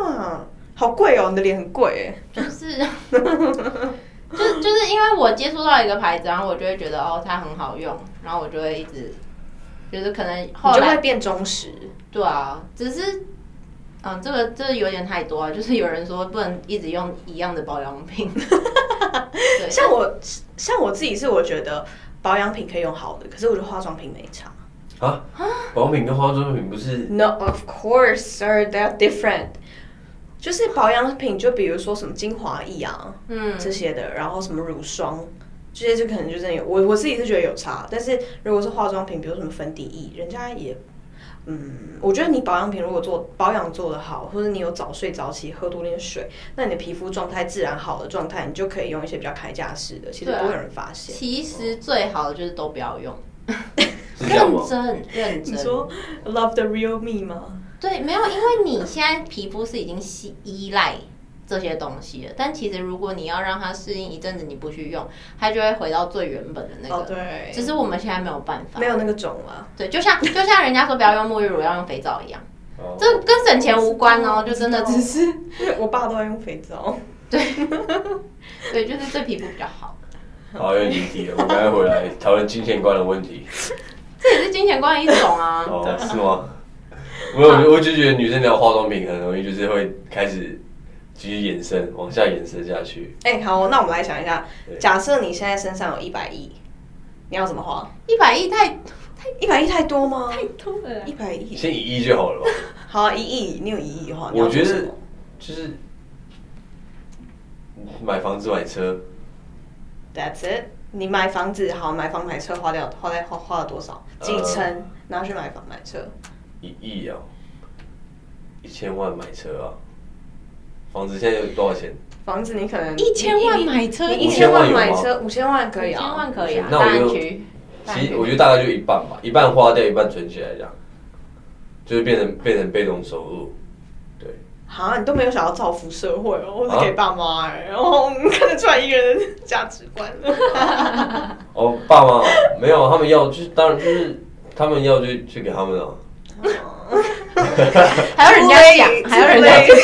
[SPEAKER 2] 啊，好贵哦，你的脸很贵哎。
[SPEAKER 1] 就是 就就是因为我接触到一个牌子，然后我就会觉得哦，它很好用，然后我就会一直，就是可能
[SPEAKER 2] 你
[SPEAKER 1] 后
[SPEAKER 2] 就
[SPEAKER 1] 来
[SPEAKER 2] 会变忠实，
[SPEAKER 1] 对啊，只是，嗯，这个这个有点太多啊。就是有人说不能一直用一样的保养品，对，
[SPEAKER 2] 像我像我自己是我觉得保养品可以用好的，可是我觉得化妆品没差。
[SPEAKER 3] 保养品跟化妆品不是
[SPEAKER 2] No, of course, sir, they're different. 就是保养品，就比如说什么精华液啊，
[SPEAKER 1] 嗯，
[SPEAKER 2] 这些的，然后什么乳霜，这些就可能就真的有。我我自己是觉得有差，但是如果是化妆品，比如什么粉底液，人家也嗯，我觉得你保养品如果做保养做得好，或者你有早睡早起，喝多点水，那你的皮肤状态自然好的状态，你就可以用一些比较开架式的，其实
[SPEAKER 1] 对啊
[SPEAKER 2] 不会有人发现。
[SPEAKER 1] 其实最好的就是都不要用，
[SPEAKER 3] 是这样
[SPEAKER 1] 认
[SPEAKER 3] 吗？
[SPEAKER 1] 真认
[SPEAKER 2] 你
[SPEAKER 1] 真。
[SPEAKER 2] 说 love the real me 吗？
[SPEAKER 1] 对，没有，因为你现在皮肤是已经吸依赖这些东西了，但其实如果你要让它适应一阵子，你不去用，它就会回到最原本的那
[SPEAKER 2] 哦，
[SPEAKER 1] 个。
[SPEAKER 2] 对，
[SPEAKER 1] 只是我们现在没有办法
[SPEAKER 2] 没。有那个种啊。
[SPEAKER 1] 对，就像就像人家说不要用沐浴乳，要用肥皂一样，
[SPEAKER 3] 哦
[SPEAKER 1] 这跟省钱无关哦，就真的只是
[SPEAKER 2] 是，因为 我爸都在用肥皂。
[SPEAKER 1] 对，就是对皮肤比较好。
[SPEAKER 3] 好，有点离题了。我们赶快回来讨论金钱观的问题。
[SPEAKER 1] 这也是金钱观的一种啊。
[SPEAKER 3] 哦，是吗？没有，我我就觉得女生聊化妆品很容易，就是会开始继续延伸，往下延伸下去。
[SPEAKER 2] 哎、好，那我们来想一下，
[SPEAKER 3] 对
[SPEAKER 2] 假设你现在身上有一百亿，你要怎么花？
[SPEAKER 1] 一百亿太
[SPEAKER 2] 一百亿太多吗？
[SPEAKER 1] 多了
[SPEAKER 2] 一百亿，
[SPEAKER 3] 先一亿就好了吧？
[SPEAKER 2] 好啊，一亿，你有一亿的话，你要
[SPEAKER 3] 我
[SPEAKER 2] 做
[SPEAKER 3] 觉
[SPEAKER 2] 什
[SPEAKER 3] 得
[SPEAKER 2] 么？
[SPEAKER 3] 就是买房子、买车，
[SPEAKER 2] That's it。你买房子好，买房买车花掉花在花花了多少？
[SPEAKER 1] 呃
[SPEAKER 2] 几成？然后去买房买车，
[SPEAKER 3] 一亿啊，一千万买车啊。房子现在有多少钱？
[SPEAKER 2] 房子你可能
[SPEAKER 1] 一千万买车
[SPEAKER 2] 你一
[SPEAKER 3] 五
[SPEAKER 2] 千
[SPEAKER 3] 千万
[SPEAKER 2] 万买
[SPEAKER 3] 有吗
[SPEAKER 2] 车五千万可以
[SPEAKER 1] 五
[SPEAKER 2] 啊，
[SPEAKER 1] 千万可以啊，
[SPEAKER 3] 那我
[SPEAKER 1] 大安
[SPEAKER 3] 就
[SPEAKER 1] 区。
[SPEAKER 3] 其实我觉得大概就一半吧，一半花掉，一半存起来，这样就是变成变成被动收入。对，
[SPEAKER 2] 啊，你都没有想要造福社会哦，或者
[SPEAKER 3] 啊
[SPEAKER 2] 给爸妈哎、然后我们看得出来一个人的价值观了。
[SPEAKER 3] 哦，爸妈没有，他们要就是当然就是他们要就去给他们啊。
[SPEAKER 1] 还要人家讲，还要人家讲，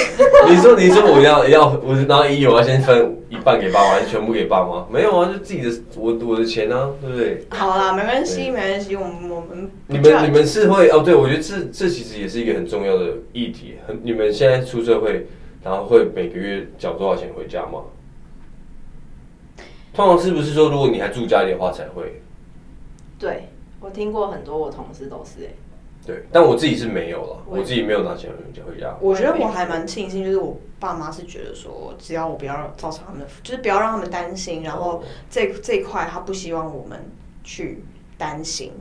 [SPEAKER 3] 你说你说我要要我然后一我要先分一半给爸妈，还是全部给爸妈？没有啊，就自己的我我的钱啊，对不对？
[SPEAKER 2] 好啦，没关系，
[SPEAKER 3] 对
[SPEAKER 2] 没关系，我们我们
[SPEAKER 3] 你
[SPEAKER 2] 啊
[SPEAKER 3] 们你们是会哦？对，我觉得这这其实也是一个很重要的议题。很你们现在出社会，然后会每个月缴多少钱回家吗？通常是不是说，如果你还住家里的话才会？
[SPEAKER 1] 对我听过很多，我同事都是、欸，
[SPEAKER 3] 对，但我自己是没有了，
[SPEAKER 1] 我也
[SPEAKER 3] 我自己没有拿钱回家。
[SPEAKER 2] 我觉得我还蛮庆幸，就是我爸妈是觉得说，只要我不要造成他们的，就是不要让他们担心，然
[SPEAKER 3] 哦
[SPEAKER 2] 后这这一块他不希望我们去担心，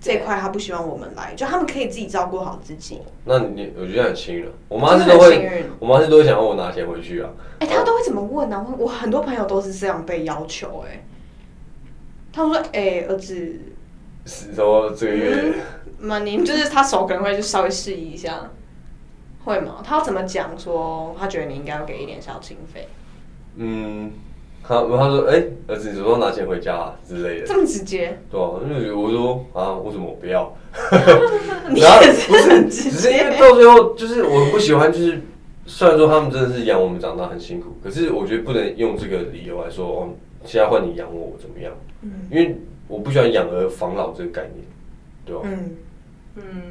[SPEAKER 2] 这一块他不希望我们来，就他们可以自己照顾好自己。
[SPEAKER 3] 那你我觉得很幸运了。啊我妈是
[SPEAKER 2] 真的
[SPEAKER 3] 都
[SPEAKER 2] 很幸
[SPEAKER 3] 会
[SPEAKER 2] 运，
[SPEAKER 3] 我妈是都会想要我拿钱回去啊。
[SPEAKER 2] 哎、他都会怎么问呢、我我很多朋友都是这样被要求、哎，他们说，哎、儿子，
[SPEAKER 3] 是说这个月
[SPEAKER 2] 妈，您就是他手可能会就稍微示意一下，会吗？他要怎么讲说，他觉得你应该要给一点小经费，
[SPEAKER 3] 嗯，他他说，哎、儿子，你什么时候拿钱回家、啊、之类的？
[SPEAKER 2] 这么直接，
[SPEAKER 3] 对啊，因为我说啊，为什么我不要？
[SPEAKER 2] 你
[SPEAKER 3] 然后
[SPEAKER 2] 也是
[SPEAKER 3] 不是，
[SPEAKER 2] 很直
[SPEAKER 3] 只是因
[SPEAKER 2] 接
[SPEAKER 3] 为。到最后，就是我很不喜欢，就是虽然说他们真的是养我们长大很辛苦，可是我觉得不能用这个理由来说，哦，现在换你养我，我怎么样？
[SPEAKER 2] 嗯
[SPEAKER 3] 因为我不喜欢养儿防老这个概念，对吧、
[SPEAKER 2] 嗯，
[SPEAKER 1] 嗯，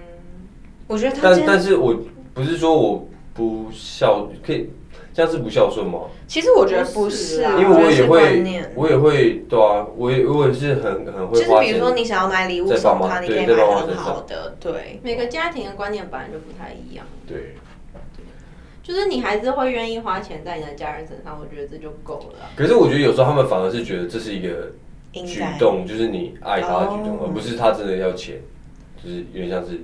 [SPEAKER 2] 我觉得他
[SPEAKER 3] 但
[SPEAKER 2] 今天
[SPEAKER 3] 但是我不是说我不孝，可以这样是不孝顺吗？
[SPEAKER 2] 其实我觉得不是啊，
[SPEAKER 1] 不
[SPEAKER 3] 因为我
[SPEAKER 2] 觉得
[SPEAKER 3] 也
[SPEAKER 2] 是观
[SPEAKER 3] 会
[SPEAKER 2] 念，
[SPEAKER 3] 我也会，对啊，我也我也是很很
[SPEAKER 2] 就
[SPEAKER 3] 会
[SPEAKER 2] 是
[SPEAKER 3] 花钱。
[SPEAKER 2] 比如说你想要买礼物
[SPEAKER 3] 在爸
[SPEAKER 2] 送
[SPEAKER 3] 妈
[SPEAKER 2] 他，你可
[SPEAKER 3] 对
[SPEAKER 2] 以
[SPEAKER 3] 在爸
[SPEAKER 2] 买
[SPEAKER 3] 妈
[SPEAKER 2] 很
[SPEAKER 3] 身上
[SPEAKER 2] 好的，对，
[SPEAKER 1] 每个家庭的观念本来就不太一样，
[SPEAKER 3] 对，
[SPEAKER 1] 就是你还是会愿意花钱在你的家人身上，我觉得这就够了啊。
[SPEAKER 3] 可是我觉得有时候他们反而是觉得这是一个
[SPEAKER 2] 应
[SPEAKER 3] 举
[SPEAKER 2] 该
[SPEAKER 3] 动，就是你爱他的举动，
[SPEAKER 2] 哦
[SPEAKER 3] 而不是他真的要钱，就是有点像是，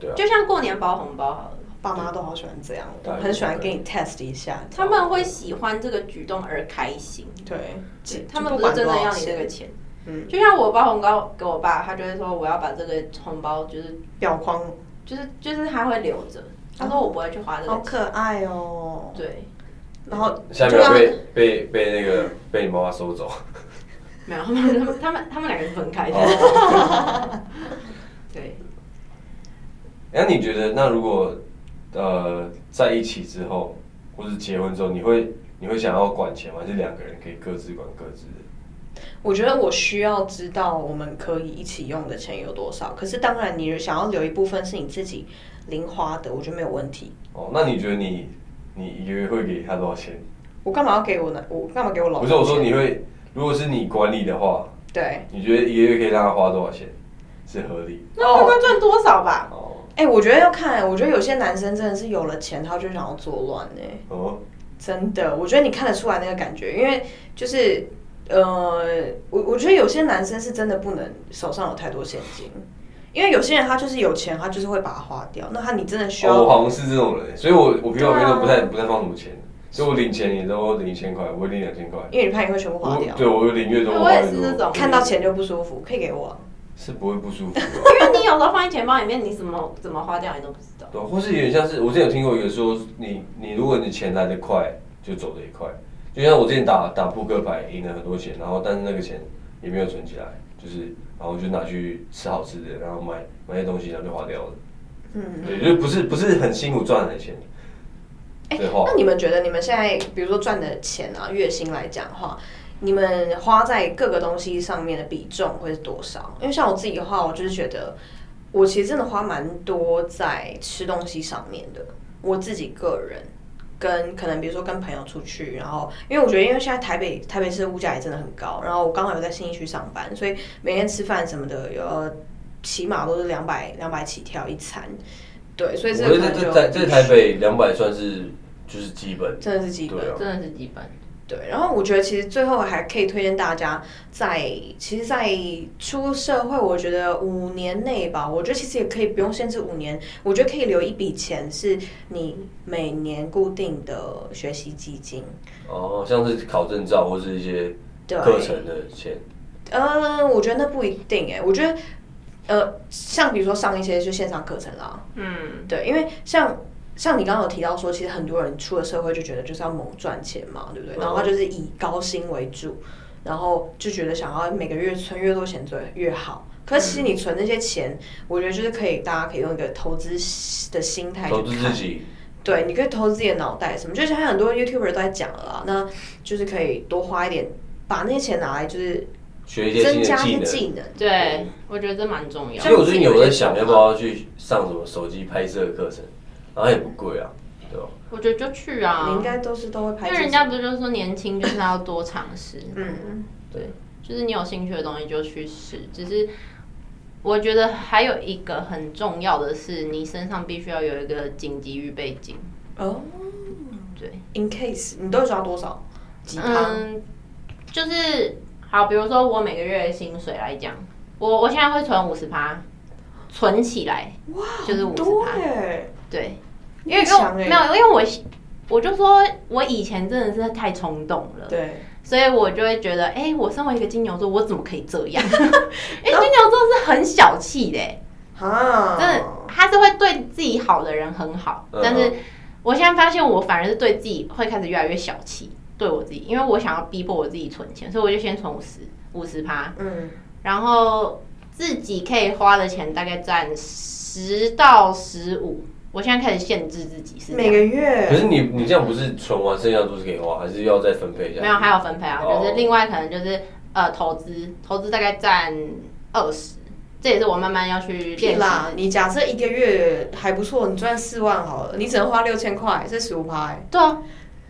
[SPEAKER 3] 对啊，
[SPEAKER 1] 就像过年包红包好了，
[SPEAKER 2] 爸妈都好喜欢这样，我
[SPEAKER 3] 对
[SPEAKER 2] 很喜欢给你 test 一下。
[SPEAKER 1] 他们会喜欢这个举动而开心，
[SPEAKER 2] 对，
[SPEAKER 1] 对
[SPEAKER 2] 就
[SPEAKER 1] 他们
[SPEAKER 2] 就
[SPEAKER 1] 不
[SPEAKER 2] 管
[SPEAKER 1] 是真的
[SPEAKER 2] 多少
[SPEAKER 1] 要你这个
[SPEAKER 2] 钱
[SPEAKER 1] 钱。
[SPEAKER 2] 嗯
[SPEAKER 1] 就像我包红包给我爸，他就会说我要把这个红包就是
[SPEAKER 2] 表框，
[SPEAKER 1] 就是就是他会留着，他说我不会去花这
[SPEAKER 2] 好
[SPEAKER 1] 个钱。
[SPEAKER 2] 可爱哦。，
[SPEAKER 1] 对，
[SPEAKER 2] 然后
[SPEAKER 3] 下
[SPEAKER 2] 就
[SPEAKER 3] 面
[SPEAKER 2] 让
[SPEAKER 3] 被被被那个被你妈妈收走，
[SPEAKER 1] 没有，他们他们他们他们两个是分开的。
[SPEAKER 3] 哦
[SPEAKER 1] 对，
[SPEAKER 3] 那你觉得那如果呃在一起之后，或是结婚之后，你会你会想要管钱吗？还是两个人可以各自管各自的？
[SPEAKER 2] 我觉得我需要知道我们可以一起用的钱有多少，可是当然你想要留一部分是你自己零花的，我觉得没有问题。
[SPEAKER 3] 哦，那你觉得你你一个月会给他多少钱？
[SPEAKER 2] 我干嘛要给我呢？我干嘛给我老公
[SPEAKER 3] 不
[SPEAKER 2] 钱？
[SPEAKER 3] 是我说你会，如果是你管理的话，
[SPEAKER 2] 对
[SPEAKER 3] 你觉得一个月可以让他花多少钱是合理？
[SPEAKER 1] 那他会赚多少吧？
[SPEAKER 3] 哦
[SPEAKER 2] 哎、我觉得要看，我觉得有些男生真的是有了钱，他就想要作乱哎、
[SPEAKER 3] 哦，
[SPEAKER 2] 真的，我觉得你看得出来那个感觉，因为就是呃，我我觉得有些男生是真的不能手上有太多现金，因为有些人他就是有钱，他就是会把它花掉。那他你真的需要，
[SPEAKER 3] 哦我好像是这种人，所以我我平
[SPEAKER 2] 对
[SPEAKER 3] 常
[SPEAKER 2] 啊
[SPEAKER 3] 每天都不太不太放什么钱，所以我领钱也都领一千块，我会领两千块。
[SPEAKER 2] 因为你怕你会全部花
[SPEAKER 3] 我
[SPEAKER 2] 掉。
[SPEAKER 3] 对我领越多，
[SPEAKER 1] 我也是
[SPEAKER 3] 花越多
[SPEAKER 1] 这种
[SPEAKER 2] 看到钱就不舒服，可以给我啊、
[SPEAKER 3] 是不会不舒服的。
[SPEAKER 1] 哦因为你有时候放在钱包里面，你怎么怎么花掉你都不知道。
[SPEAKER 3] 对，啊或是有点像是我之前有听过一个说，你你如果你钱来得快，就走得也快。就像我之前打打扑克牌赢了很多钱，然后但是那个钱也没有存起来，就是然后就拿去吃好吃的，然后买买些东西，然后就花掉了。
[SPEAKER 2] 嗯，
[SPEAKER 3] 对，就是不是不是很辛苦赚来的钱。
[SPEAKER 2] 哎、
[SPEAKER 3] 对话
[SPEAKER 2] 那你们觉得你们现在，比如说赚的钱啊，月薪来讲的话，你们花在各个东西上面的比重会是多少？因为像我自己的话，我就是觉得我其实真的花蛮多在吃东西上面的，我自己个人。跟可能比如说跟朋友出去，然后因为我觉得因为现在台北台北市的物价也真的很高，然后我刚好有在信义区上班，所以每天吃饭什么的，呃，起码都是两百两百起跳一餐，对，所
[SPEAKER 3] 我
[SPEAKER 2] 以这
[SPEAKER 3] 觉
[SPEAKER 2] 个可
[SPEAKER 3] 得
[SPEAKER 2] 能
[SPEAKER 3] 在
[SPEAKER 2] 就
[SPEAKER 3] 在在台北两百算是就是基本。
[SPEAKER 2] 真的是基本
[SPEAKER 3] 对啊
[SPEAKER 1] 真的是基本。
[SPEAKER 2] 对，然后我觉得其实最后还可以推荐大家在，其实，在出社会，我觉得五年内吧，我觉得其实也可以不用限制五年，我觉得可以留一笔钱是你每年固定的学习基金。
[SPEAKER 3] 哦，像是考证照或是一些
[SPEAKER 2] 对
[SPEAKER 3] 课程的钱，
[SPEAKER 2] 呃，我觉得那不一定哎、我觉得，呃，像比如说上一些就线上课程啦，
[SPEAKER 1] 嗯，
[SPEAKER 2] 对，因为像像你刚刚有提到说，其实很多人出了社会就觉得就是要猛赚钱嘛，对不对？
[SPEAKER 3] 嗯
[SPEAKER 2] 然后他就是以高薪为主，然后就觉得想要每个月存越多钱最越好。可是其实你存那些钱，我觉得就是可以，大家可以用一个投资的心态去
[SPEAKER 3] 投资自
[SPEAKER 2] 看
[SPEAKER 3] 己。
[SPEAKER 2] 对，你可以投资自己的脑袋什么，就像很多 YouTuber 都在讲了啦，那就是可以多花一点，把那些钱拿来就是
[SPEAKER 3] 学一些
[SPEAKER 2] 增
[SPEAKER 3] 新的
[SPEAKER 2] 加
[SPEAKER 3] 技
[SPEAKER 2] 一些
[SPEAKER 3] 能，
[SPEAKER 2] 技能。
[SPEAKER 1] 对，我觉得这蛮重要
[SPEAKER 3] 所以。我最近有在想，要不要去上什么手机拍摄课程，然后也不贵啊，对吧？
[SPEAKER 1] 我觉得就去啊，
[SPEAKER 2] 你应该都是都会拍
[SPEAKER 1] 因
[SPEAKER 2] 自
[SPEAKER 1] 为
[SPEAKER 2] 己，
[SPEAKER 1] 人家不是就说年轻就是要多尝试，
[SPEAKER 2] 嗯，
[SPEAKER 1] 就是你有兴趣的东西就去试。只是我觉得还有一个很重要的是，你身上必须要有一个紧急预备金。
[SPEAKER 2] 哦
[SPEAKER 1] 对，
[SPEAKER 2] ，in case 你都抓多少？几趴？
[SPEAKER 1] 嗯，就是好，比如说我每个月的薪水来讲，我我现在会存五十趴，存起来，哇，就是五十
[SPEAKER 2] 多
[SPEAKER 1] 趴。
[SPEAKER 2] 哎，
[SPEAKER 1] 对，
[SPEAKER 2] 你
[SPEAKER 1] 因为
[SPEAKER 2] 很
[SPEAKER 1] 因为我
[SPEAKER 2] 强欸
[SPEAKER 1] 没有，因为我我就说我以前真的是太冲动了，
[SPEAKER 2] 对，
[SPEAKER 1] 所以我就会觉得，哎、我身为一个金牛座，我怎么可以这 样？因为金牛座是很小气的、欸
[SPEAKER 2] 啊，
[SPEAKER 1] 真的，他是会对自己好的人很好，
[SPEAKER 3] 嗯
[SPEAKER 1] 但是我现在发现，我反而是对自己会开始越来越小气，对我自己，因为我想要逼迫我自己存钱，所以我就先存五十五十趴，
[SPEAKER 2] 嗯，
[SPEAKER 1] 然后自己可以花的钱大概占十到十五。我现在开始限制自己是这
[SPEAKER 2] 每
[SPEAKER 1] 样，
[SPEAKER 2] 个
[SPEAKER 3] 可
[SPEAKER 2] 月，
[SPEAKER 3] 是你你这样不是存完剩下的都是给花，还是要再分配一下？
[SPEAKER 1] 没有还有分配啊，
[SPEAKER 3] 哦
[SPEAKER 1] 就是另外可能就是呃投资，投资大概占二十，这也是我慢慢要去练习
[SPEAKER 2] 啦
[SPEAKER 1] 的，
[SPEAKER 2] 你假设一个月还不错，你赚四万好了，你只能花六千块，这十五趴，哎
[SPEAKER 1] 对啊，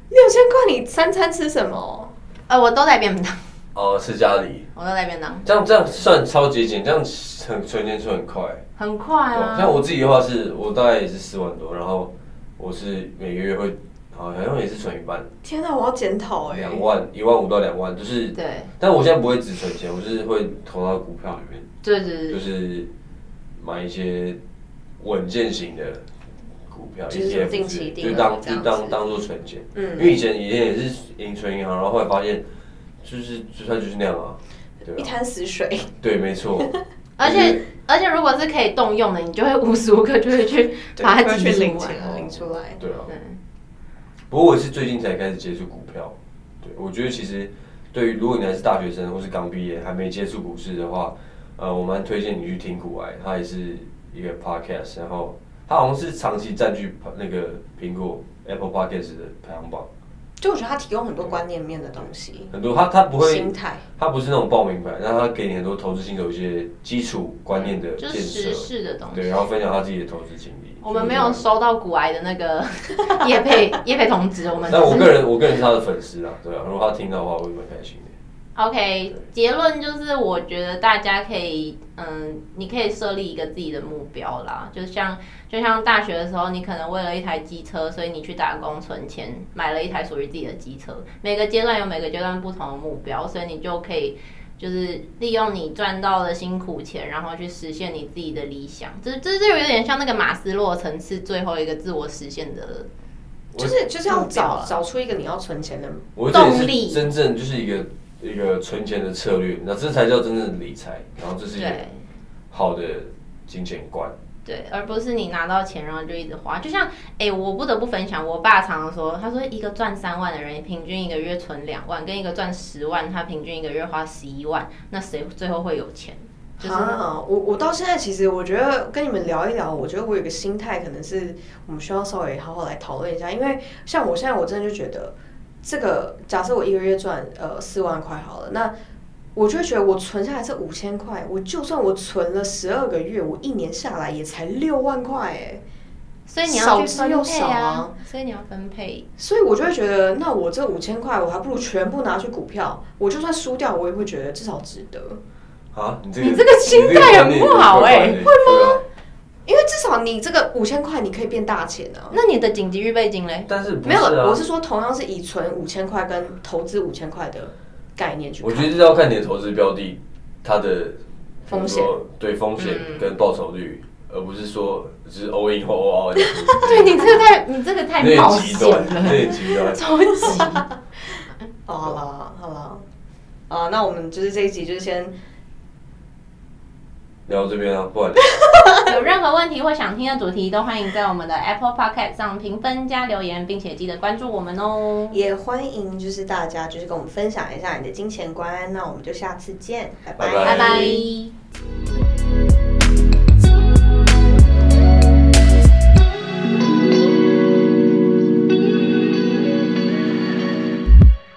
[SPEAKER 2] 六千块你三餐吃什么？
[SPEAKER 1] 呃我都在便当，
[SPEAKER 3] 哦，是家里
[SPEAKER 1] 我都在便当，
[SPEAKER 3] 这样这样算超节俭，这样很存钱存很快。
[SPEAKER 1] 很快
[SPEAKER 2] 嗯
[SPEAKER 1] 啊
[SPEAKER 3] 对哦吧。像我自己的话是，我大概也是四万多，然后我是每个月会好像也是存一半，
[SPEAKER 2] 天哪，我要检讨哎，
[SPEAKER 3] 两万一万五到两万，就是。
[SPEAKER 1] 对
[SPEAKER 3] 但我现在不会只存钱，我就是会投到股票里面。
[SPEAKER 1] 对对
[SPEAKER 3] 就
[SPEAKER 1] 对，
[SPEAKER 3] 是买一些稳健型的股票，
[SPEAKER 2] 就是
[SPEAKER 3] ETF
[SPEAKER 2] 定
[SPEAKER 3] 之类
[SPEAKER 2] 期定额
[SPEAKER 3] 就当
[SPEAKER 2] 这样子
[SPEAKER 3] 就当当做存钱。因
[SPEAKER 2] 嗯，
[SPEAKER 3] 为以前以前也是银存银行，然后后来发现就是就算就是那样啊，对
[SPEAKER 2] 一
[SPEAKER 3] 吧？
[SPEAKER 2] 滩死水，
[SPEAKER 3] 对，没 错。
[SPEAKER 1] 而
[SPEAKER 3] 就
[SPEAKER 1] 且
[SPEAKER 3] 是
[SPEAKER 1] 而且如果是可以动用的，你就会无时无刻就会去哦
[SPEAKER 2] 对
[SPEAKER 1] 把它
[SPEAKER 2] 要
[SPEAKER 1] 挤
[SPEAKER 2] 去
[SPEAKER 1] 出
[SPEAKER 2] 领
[SPEAKER 1] 来。
[SPEAKER 2] 钱领出来，
[SPEAKER 3] 对啊，
[SPEAKER 1] 对，
[SPEAKER 3] 不过我也是最近才开始接触股票。对，我觉得其实对于如果你还是大学生或是刚毕业还没接触股市的话，呃，我蛮推荐你去听股癌，它也是一个 podcast，然后它好像是长期占据那个苹果 Apple Podcast 的排行榜。
[SPEAKER 2] 就我觉得他提供很多观念面的东西，
[SPEAKER 3] 很多，他他不会
[SPEAKER 2] 心，态，
[SPEAKER 3] 他不是那种报名牌，但他给你很多投资新手一些基础观念的
[SPEAKER 1] 就
[SPEAKER 3] 建
[SPEAKER 1] 是时
[SPEAKER 3] 设，
[SPEAKER 1] 事的东
[SPEAKER 3] 对，
[SPEAKER 1] 西。
[SPEAKER 3] 然后分享他自己的投资经历。
[SPEAKER 1] 我们没有，收到古癌的那个叶佩叶佩同志，我们
[SPEAKER 3] 但我
[SPEAKER 1] 只
[SPEAKER 3] 个
[SPEAKER 1] 是
[SPEAKER 3] 人我个人是他的粉丝啊，对啊，如果他听到的话，我会蛮开心的。
[SPEAKER 1] OK。结论就是，我觉得大家可以，嗯，你可以设立一个自己的目标啦。就像就像大学的时候，你可能为了一台机车，所以你去打工存钱，买了一台属于自己的机车。每个阶段有每个阶段不同的目标，所以你就可以就是利用你赚到的辛苦钱，然后去实现你自己的理想。这这这有点像那个马斯洛层次最后一个自我实现的
[SPEAKER 2] 就是就是要
[SPEAKER 1] 目标
[SPEAKER 2] 找
[SPEAKER 1] 了
[SPEAKER 2] 找出一个你要存钱的
[SPEAKER 3] 我觉得这
[SPEAKER 1] 动
[SPEAKER 3] 也
[SPEAKER 1] 力
[SPEAKER 3] 是真正就是一个一个存钱的策略，那这才叫真正的理财，然后这是一个
[SPEAKER 1] 对
[SPEAKER 3] 好的金钱观。
[SPEAKER 1] 对，而不是你拿到钱然后就一直花。就像，哎、我不得不分享，我爸常常说，他说一个赚三万的人平均一个月存两万，跟一个赚十万，他平均一个月花十一万，那谁最后会有钱？就是
[SPEAKER 2] 啊，我我到现在其实我觉得跟你们聊一聊，我觉得我有个心态，可能是我们需要稍微好好来讨论一下。因为像我现在，我真的就觉得，这个假设我一个月赚呃四万块好了，那我就会觉得我存下来这五千块，我就算我存了十二个月，我一年下来也才六万块哎、
[SPEAKER 1] 所以你要去
[SPEAKER 2] 少之
[SPEAKER 1] 分
[SPEAKER 2] 又
[SPEAKER 1] 配
[SPEAKER 2] 少
[SPEAKER 1] 啊
[SPEAKER 2] 啊，
[SPEAKER 1] 所以你要分配。
[SPEAKER 2] 所以我就会觉得，那我这五千块，我还不如全部拿去股票，我就算输掉，我也会觉得至少值得。
[SPEAKER 3] 啊，你这个
[SPEAKER 1] 你这个心态很不好欸
[SPEAKER 3] 会吗？
[SPEAKER 2] 因为至少你这个五千块，你可以变大钱啊。
[SPEAKER 1] 那你的紧急预备金嘞？
[SPEAKER 3] 但是不
[SPEAKER 2] 没
[SPEAKER 3] 是
[SPEAKER 2] 有，
[SPEAKER 3] 啊
[SPEAKER 2] 我是说同样是以存五千块跟投资五千块的概念去
[SPEAKER 3] 我
[SPEAKER 2] 看。
[SPEAKER 3] 觉得这要看你的投资标的，它的
[SPEAKER 2] 风险，
[SPEAKER 3] 比如说对风险
[SPEAKER 1] 嗯
[SPEAKER 3] 跟报酬率，而不是说只是 all in 或 all out 这样子。
[SPEAKER 1] 对 你这个太，你这个太
[SPEAKER 3] 有
[SPEAKER 1] 冒
[SPEAKER 3] 点极
[SPEAKER 1] 险
[SPEAKER 3] 端，有
[SPEAKER 1] 了，
[SPEAKER 3] 点极端。
[SPEAKER 1] 超级。
[SPEAKER 2] 哦，好啦，好啦，啊，那我们就是这一集就是先
[SPEAKER 3] 聊到这边啊，不然
[SPEAKER 1] 有任何问题或想听的主题，都欢迎在我们的 Apple Podcast 上评分加留言，并且记得关注我们哦。
[SPEAKER 2] 也欢迎就是大家就是跟我们分享一下你的金钱观，那我们就下次见，
[SPEAKER 3] 拜
[SPEAKER 1] 拜拜。